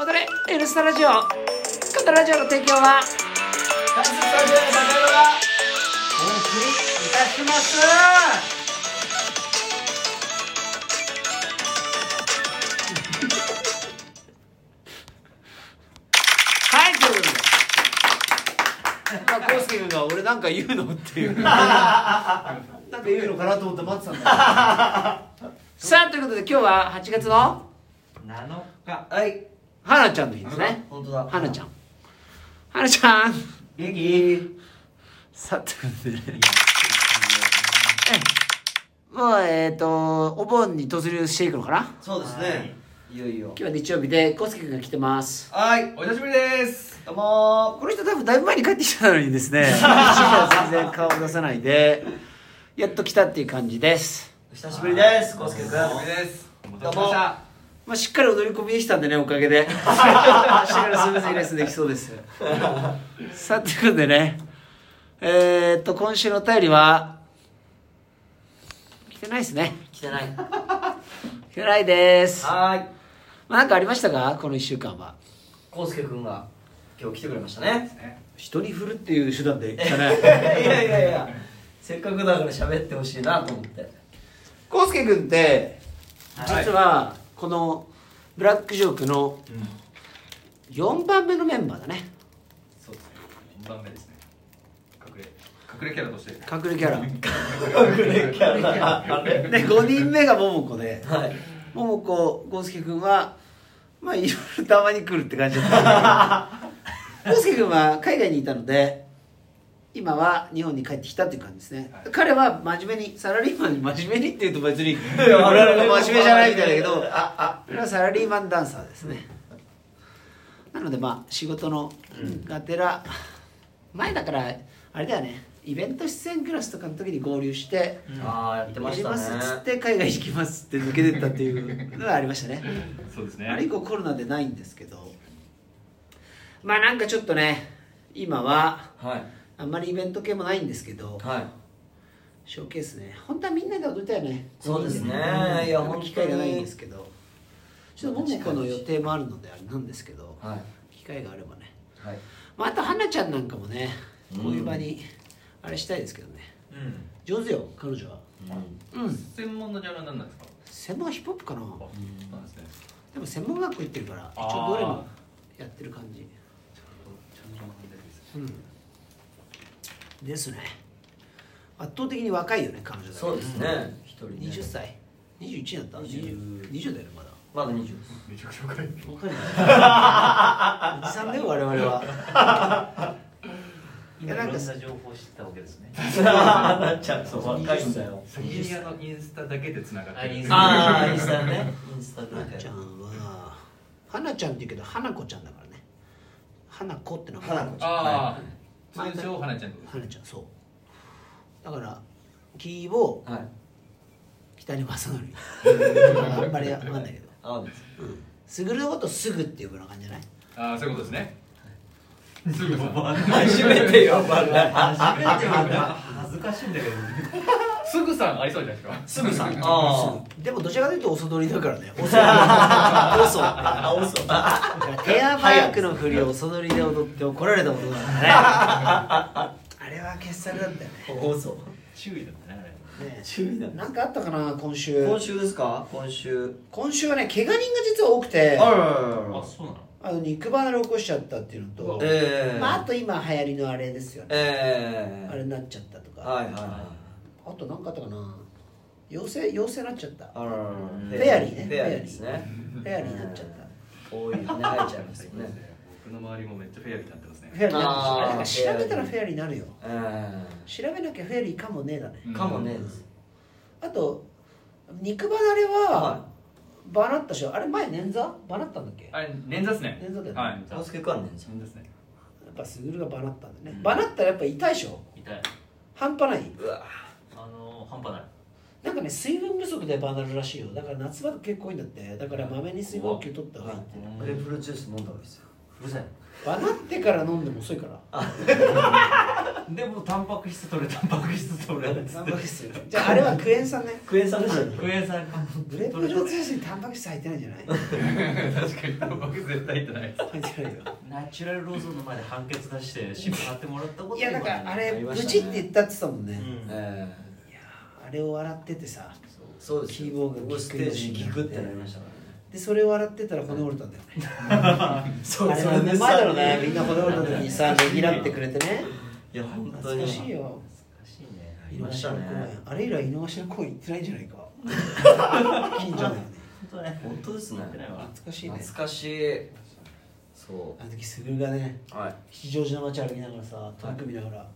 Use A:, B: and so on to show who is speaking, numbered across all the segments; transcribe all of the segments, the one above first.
A: 踊れエルスタラジオこのラジオの提供は
B: カリスタジオの中山がお送りいたします
A: はいということで
C: まあ、康介君が俺なんか言うのっていう。
B: なんか言うのかなと思って待ってたんだ
A: さあということで今日は8月の
B: 7日
C: はい。花ちゃんの日ですね。
B: 本当だ
A: 花ちゃん花ちゃん
B: 元気
C: さて、
A: もうえっ、とお盆に突入していくのかな
B: そうですねいよいよ
A: 今日は日曜日で康介君が来てます
B: はい
C: お久しぶりです。
B: どうも
A: この人多分だいぶ前に帰ってきたのにですね全然顔を出さないでやっと来たっていう感じです、
B: ー久しぶりですコウスケくん
C: お久しぶりです。
B: どうも
A: まあ、しっかり踊り込みできたんでねおかげでしっかりスムーズにレッスンできそうですさあということでねえー、っと今週のお便りは来てないですね
B: 来てない
A: 来てないです
B: はーい
A: まあ、なんかありましたかこの1週間は
B: コウスケくんが今日来てくれましたね
A: 人に振るっていう手段でいた
B: いやいやいやせっかくだから喋ってほしいなと思って
A: 康介君って
B: はい
A: 実はこのブラックジョークの4番目のメンバーだね
D: そうですね。4番目ですね。隠れ隠れキャラとして。
A: 隠れキャラ
B: 隠れキャラあれ
A: で5人目が桃子で
B: はい
A: 桃子康介君はまあいろいろたまに来るって感じだった 康介君は海外にいたので今は日本に帰ってきたっていう感じですね、
D: はい
A: 彼は真面目にサラリーマンに真面目にっていうと別に
B: いや
A: 俺らが真面目じゃないみたいだけど
B: ああ
A: これはサラリーマンダンサーですね、なのでまあ仕事のがてら、前だからあれだよねイベント出演クラスとかの時に合流して
B: ああや
A: 「
B: って
A: や
B: まし
A: り
B: たね
A: ます」っつって海外行きますって抜けてったっていうのがありましたね
D: そうです
A: あれ以降コロナでないんですけどまあなんかちょっとね今は
B: はい
A: あんまりイベント系もないんですけど
B: はい
A: ショーケースね本当はみんなで踊りたいよね
B: そうですね
A: うん
B: いや
A: あんま
B: 本当に
A: 機会がないんですけどちょっと桃子の予定もあるのであれなんですけど
B: はい
A: 機会があればね、
B: はい
A: まあ、あと花ちゃんなんかもね
B: うん
A: こういう場にあれしたいですけどね
D: うん。
A: 上手よ彼女はうん
D: 専門のジャンルは何なんですか。
A: 専門はヒップホップかな
D: あそうなんですね。
A: でも専門学校行ってるから一
D: あー
A: 応どれもやってる感じ
D: ちゃんとちゃんと学んでるんです。
A: うんですね圧倒的に若いよね彼女だけ
B: そうですね一人ね
A: 20歳21だった
B: 20
A: 20 20だよねまだ
B: まだ20です
D: めちゃくちゃ若い。
A: 若 いねおじさんだよ我々は
E: 今
A: い
E: いろ
A: やなん
E: ん
A: か
E: な情報を知ったわけですね。
B: なっちゃんそう若いんだよ
D: 先にあのインスタだけで繋がって
E: あイン
D: る
E: ス。タ
B: ああインスタねインスタ
A: 花ちゃんは花ちゃんって言うけど花子ちゃんだからね花子って名前
B: 花子ちゃん
D: あ
A: は
D: あ。
A: い
D: 通称花ちゃんってことで
A: 花ちゃんそうだから木を
B: はい
A: 北に正則あんまり分かんないけど
B: ああです
A: すぐるのことすぐっていうような感じじゃない
D: す。ああそういうことですね。すぐさん。
B: 初めて呼ばれた
E: 恥ずかしいんだけど。
D: すぐさんありそうじゃないですか。
B: すぐさんあ
A: でもどちらかというと遅撮りだから ね遅遅
B: あおそ
A: テアマークの振りを遅撮りで踊って怒られたことだからねあれは傑作だったよね
B: おそ
E: 注意だったね、
A: ね
B: 注意だ
A: えなんかあったかな今週
B: 今週ですか今週
A: 今週はね怪我人が実は多くて
B: あら
E: あ
B: ら
E: れ。
B: ら
E: あ、そうなの
A: あの肉離れを起こしちゃったっていうのと、
B: ええ
A: まあ、あと今流行りのあれですよね、
B: え
A: あれになっちゃったとか、
B: はいはいはい
A: あと何かあったかな妖精妖精になっちゃった
B: あらららら
A: フェアリーね
B: フェアリーですね
A: フェアリーになっちゃった
B: 多いよね生えちゃいますよね
D: 僕の周りもめっちゃフェアリーになってますね。
A: フェアリーになっちゃった
B: あ
A: あ
B: ー
A: れなんか調べたらフェアリーになるよ
B: え
A: 調べなきゃフェアリーかもねえだね
B: えかもね
A: あと肉離れは
B: は
A: バラったしあれ前捻挫バラったんだっけや
D: あれ捻挫ですね。
A: 捻挫だよね
D: はい。
B: い助けかんねんじ
D: 捻挫ですね。
A: っぱスグルがバラったんだね、
E: うん
A: バラったらやっぱ痛いでしょ
E: 痛い。
A: 半端ない
B: ゃんうわ
E: あのー、半端ない。
A: なんかね水分不足でバナるらしいよだから夏場結構多いんだってだからまめに水分補給取った方がいいって
B: グレープフルーツジュース飲んだ方がいいですよ
E: うるさい。
A: バナってから飲んでも遅いから
D: でもタンパク質取れタンパク質取れ
A: タンパク質じゃああれはクエン酸ね
B: クエン酸でしたっ
D: ク
B: け
D: エン酸か
A: グレープフルーツジュースにタンパク質入ってないんじゃない
F: 確かにタンパク質絶対入ってない
A: 入ってないよ
D: ナチュラルローソンの前で判決出して新聞貼ってもらったこと
A: いやだからあ
B: あ
A: れ
B: りま
A: ブ
B: したね
A: チって言ったって言ってたもんね、
D: うん
B: え
A: いやーあれを笑っててさ
B: ーそうですよ
A: キーボード
B: 僕ステージギクってなりましたからね
A: でそれを笑ってたら骨折れたんだよね
B: そ
A: あれ何年前だろうねみんな骨折れた時にさねぎらってくれてね
B: いや本当
A: 懐
B: に
A: かしいよ
D: 難しいね
B: いました
A: 井の
B: ね
A: 頭公園あれ以来井の頭公園行ってないんじゃない か近所だよね
D: 本当ね
B: 本当ですね
D: やってないわ
A: 懐かしいね
B: 懐かしいそ
A: あの時スグルがね
B: うはい
A: 吉祥寺の街歩きながらさ遠く見ながら、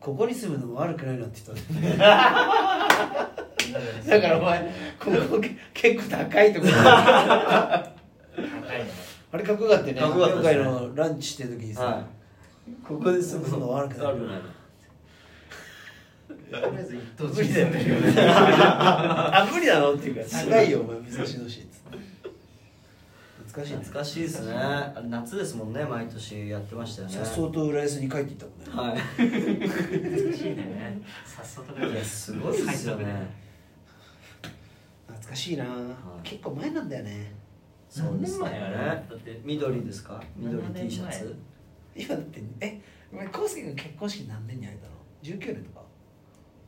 A: ここに住むのも悪くないなって言ったんだよねだからお前ここけ結構高いところ
D: 高いね
A: あれかっこよかったよね
B: かっこよかったですね
A: 発表会のランチしてる時にさ、
B: いここで住むの
A: 悪くない
B: 悪くない
D: とりあえず一等
A: 無理だよね あ無理なのっていうか高いよお前武蔵野市っつって懐かしいね
B: 懐かしいですねあれ夏ですもんね毎年やってましたよね
A: さっそうと浦安に帰っていったもんね、
B: はい
D: 難しいねさっさとか
B: いやすごいですよね
A: 懐かしいな、
B: い
A: 結構前なんだよね
B: そうです
D: 何年前あ
B: ね
D: れだって
B: 緑ですか緑
D: 7年
B: T シャ
D: 前
B: ツ
A: 今だってえお前康介君結婚式何年にあげたの19年とか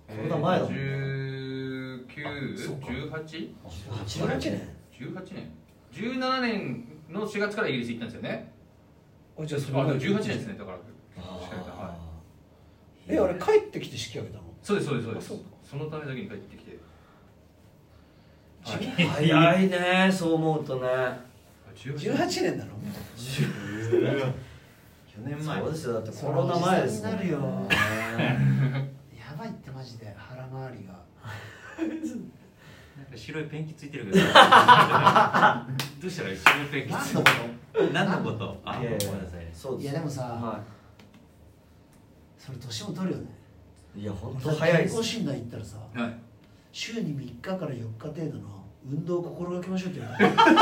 B: そんな前だもんね
F: 十九、
B: そうか
F: 十八、
A: 18年
F: 十八年、十七年の四月からイギリス行ったんですよね。
A: あじゃあ
F: あ、で
A: それ
F: も十八年ですね。だから。はい
B: あー
A: えあれ帰ってきて式挙げたの
F: そうですそうですそうで
A: あそう
F: す。そのためだけに帰ってきて。
B: 早いねそう思うとね
F: 十
A: 18年なの
D: 4年前
B: そうですよだってコロナ前ですもんね
A: それおじ
B: ね
A: やばいってマジで腹回りが
D: なんか白いペンキついてるけどどうしたら白いペンキ
A: 何
D: つい
A: の
D: て
A: こ
D: る何のことあ
B: い
D: ご
B: や
D: めん
B: い
D: な
B: や
D: さい
B: そう
A: と
B: で
A: い
B: す
A: やでもさ
B: は
A: それ年も取るよね
B: いいや本当早いで
A: 健
B: す
A: 康診断行ったらさ
F: はい。
A: 週に3日から4日程度の運動を心がけましょうって言われた
F: そ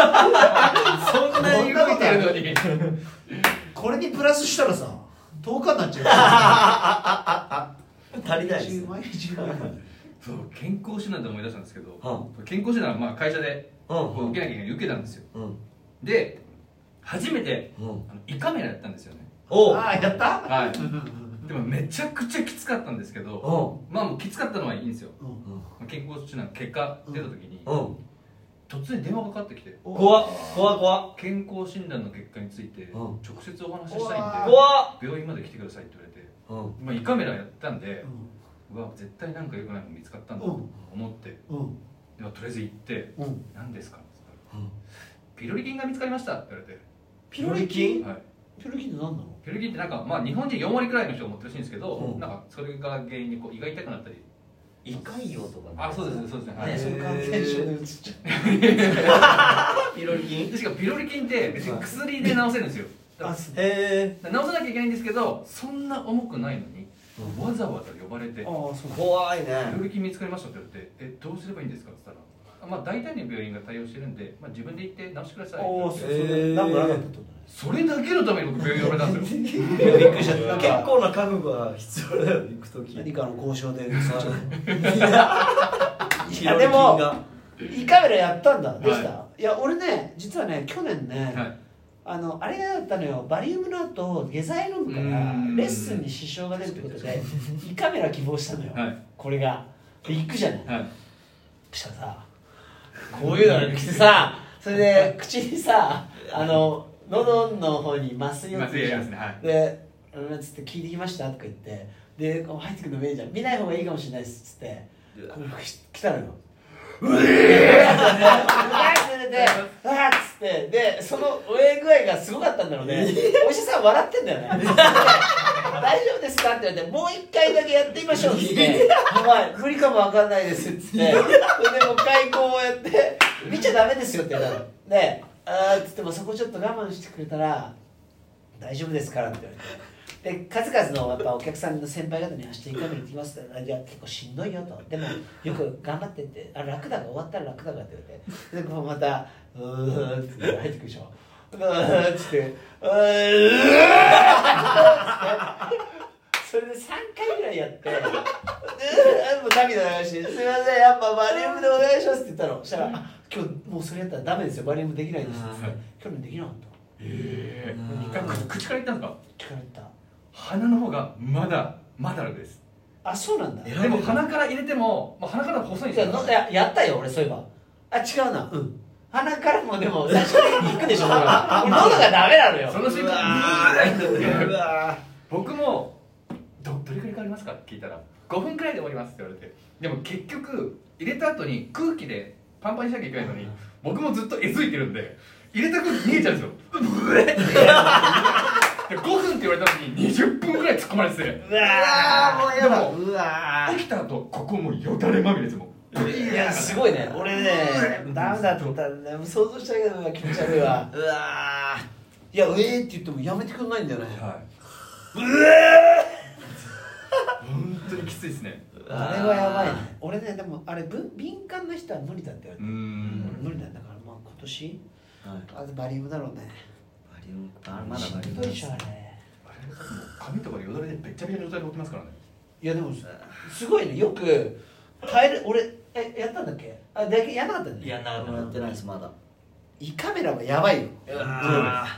F: んなに動いてるのに。
A: これにプラスしたらさ10日になっちゃ
B: 足り
A: う
B: ないです
A: 毎日毎日
F: そう健康診断で思い出したんですけど、
B: は
F: 健康診断はまあ会社で
B: うん
F: こう受けなきゃいけない受けたんですよ。
B: うん
F: で、初めて
B: うん
F: あの胃カメラやったんですよね。
B: おう
A: ああやった
F: はい。でもめちゃくちゃきつかったんですけど、
B: お
F: まあもうきつかったのはいいんですよ。
A: うん
B: う
F: 健康診断の結果出た時に、
B: うん
F: 突然電話かかってきて
B: 怖っ怖っ怖っ
F: 健康診断の結果について
B: ん
F: 直接お話ししたいんで
B: 怖っ
F: 病院まで来てくださいって言われて、
B: うん
F: まあ、胃カメラやったんで
A: う、ん
F: うわ絶対なんか良くないもの見つかったんだ
A: うん
F: と思って、
A: うん
F: ではとりあえず行って
A: うん
F: 「何ですか?」って言った
B: う
F: ら
B: ん
F: 「ピロリ菌が見つかりました」って言われて、
A: ピロリ菌
F: はい、
A: ピロリ菌って何なの
F: ピロリ菌ってなんか、まあ、日本人4割くらいの人が持ってるらしいんですけど、
B: うん
F: なんかそれが原因にこう胃が痛くなったり
D: 胃潰瘍とかね
F: あそうですねそうですね、はい
A: ね
B: へー
A: その感染症でうつっちゃ
B: ピロリ菌
F: でしかもピロリ菌って別に薬で治せるんですよだ
A: う
F: か
A: あ
F: ら
A: す
B: へえ
F: 治さなきゃいけないんですけどそんな重くないのにわざわざ呼ばれて
A: あ
F: 「
A: あ
F: 病
A: そうだ
B: 怖いね
F: 気見つかりました」って言われて「えどうすればいいんですか?」って言ったら「あまあ、大体の病院が対応してるんで、まあ、自分で行って治してください」って言
A: あ
F: わ
A: あ
F: れ
A: そうそうなんかなかったっ
F: て
A: てことね
F: それだけのために僕病院呼ばれたんですよ
A: びっくりしちゃった
B: 結構な覚悟が必要だよ行く時
A: 何かの交渉でうつっちゃう
B: い
A: いやでも
B: は
A: 胃カメラやったんだでした、い、や俺ね実はね去年ね、
F: はい
A: あのあれがだったのよバリウムの後下剤飲むから
F: うん
A: レッスンに支障が出るってことで胃カメラ希望したのよ、
F: はい
A: これがで行くじゃない
F: はい
A: そしたらさこういうのが来てさそれで口にさあの喉の方に麻酔を
F: ま
A: つ
F: ず
A: けち
F: やり
A: ゃ
F: ますねはい
A: で「うん」っつって「聞いてきました」とか言ってでこう入ってくるの見えるじゃん見ない方がいいかもしれないっすっつってこう来来たのようえーって言われて「うわーっつってでその上具合がすごかったんだろうねお医者さん笑ってんだ よねで大丈夫ですか?」って言われて「もう一回だけやってみましょう」っつって「お前無理かもわかんないです」っつってそれでもう一回こうやって「見ちゃダメですよ」って言ったので「あー」っつってもそこちょっと我慢してくれたら大丈夫ですからって言われてで数々のやっぱお客さんの先輩方に走っていかに行きますってあじゃあ結構しんどいよとでもよく頑張ってってあ楽だが終わったら楽だがって言われてでこうまた「うー」って入ってくるでしょ「うー」っつって「うー」っつってそれで3回ぐらいやって、うーもう涙流して、すみません、やっぱバリウムでお願いしますって言ったの。そしたら、あ今日もうそれやったらダメですよ、バリウムできないですって言って、去年できなかった。
F: ええ二回口口から言ったんですか
A: 聞かれた。
F: 鼻の方がまだまだ楽です
A: あ、そうなんだ。い
F: でも鼻から入れても、まあ、鼻から細いんで
A: や
F: すよ
A: のややったよ、俺、そういえば。あ、違うな。うん。鼻からもでも、最初に行くでしょ、俺は俺喉がダメなのよ
F: そ。の瞬間うわ僕もどどれくらいかかりますかって聞いたら5分くらいで終わりますって言われてでも結局入れた後に空気でパンパンにしなきゃいけないのに僕もずっとえずいてるんで入れた空気逃げちゃうんですようえってで5分って言われたのに20分くらい突っ込まれてて
A: うわーもうやだ
F: で
A: うわ
F: 起きた後ここもうよだれまみれですもん
A: ーいやすごいね俺ねダメだと思ったんだよ想像したけど気持ち悪いわうわーいやうえーって言ってもやめてくんないんだよね
F: はいうえ本当にきついですね
A: あれはやばいね俺ねでもあれぶ敏感な人は無理だって
F: うーん
A: 無理なんだからまあ今年
B: はい
A: あバリウムだろうね
B: バリウムあまだバリウ
A: しん
B: ム
A: どいでしょあれ
F: あれもう髪とかでよだれでべっちゃべちゃの状態で持ってますからね
A: いやでもすごいねよく耐える俺えやったんだっけあだけやんなかったんだよ
G: やんなかった
B: やってないですまだ
A: 胃カメラはやばいよ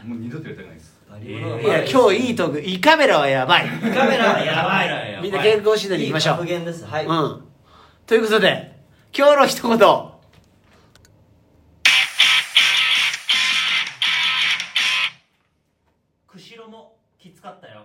F: もう二度とやりたくないです
B: バリウムの
A: いや今日いいトーク胃カメラはやばい
G: カメラはやばいのよ
A: みんな健康診断に行きましょう
B: いい格言ですはい、
A: うん。ということで、今日の一言。
G: 釧路もきつかったよ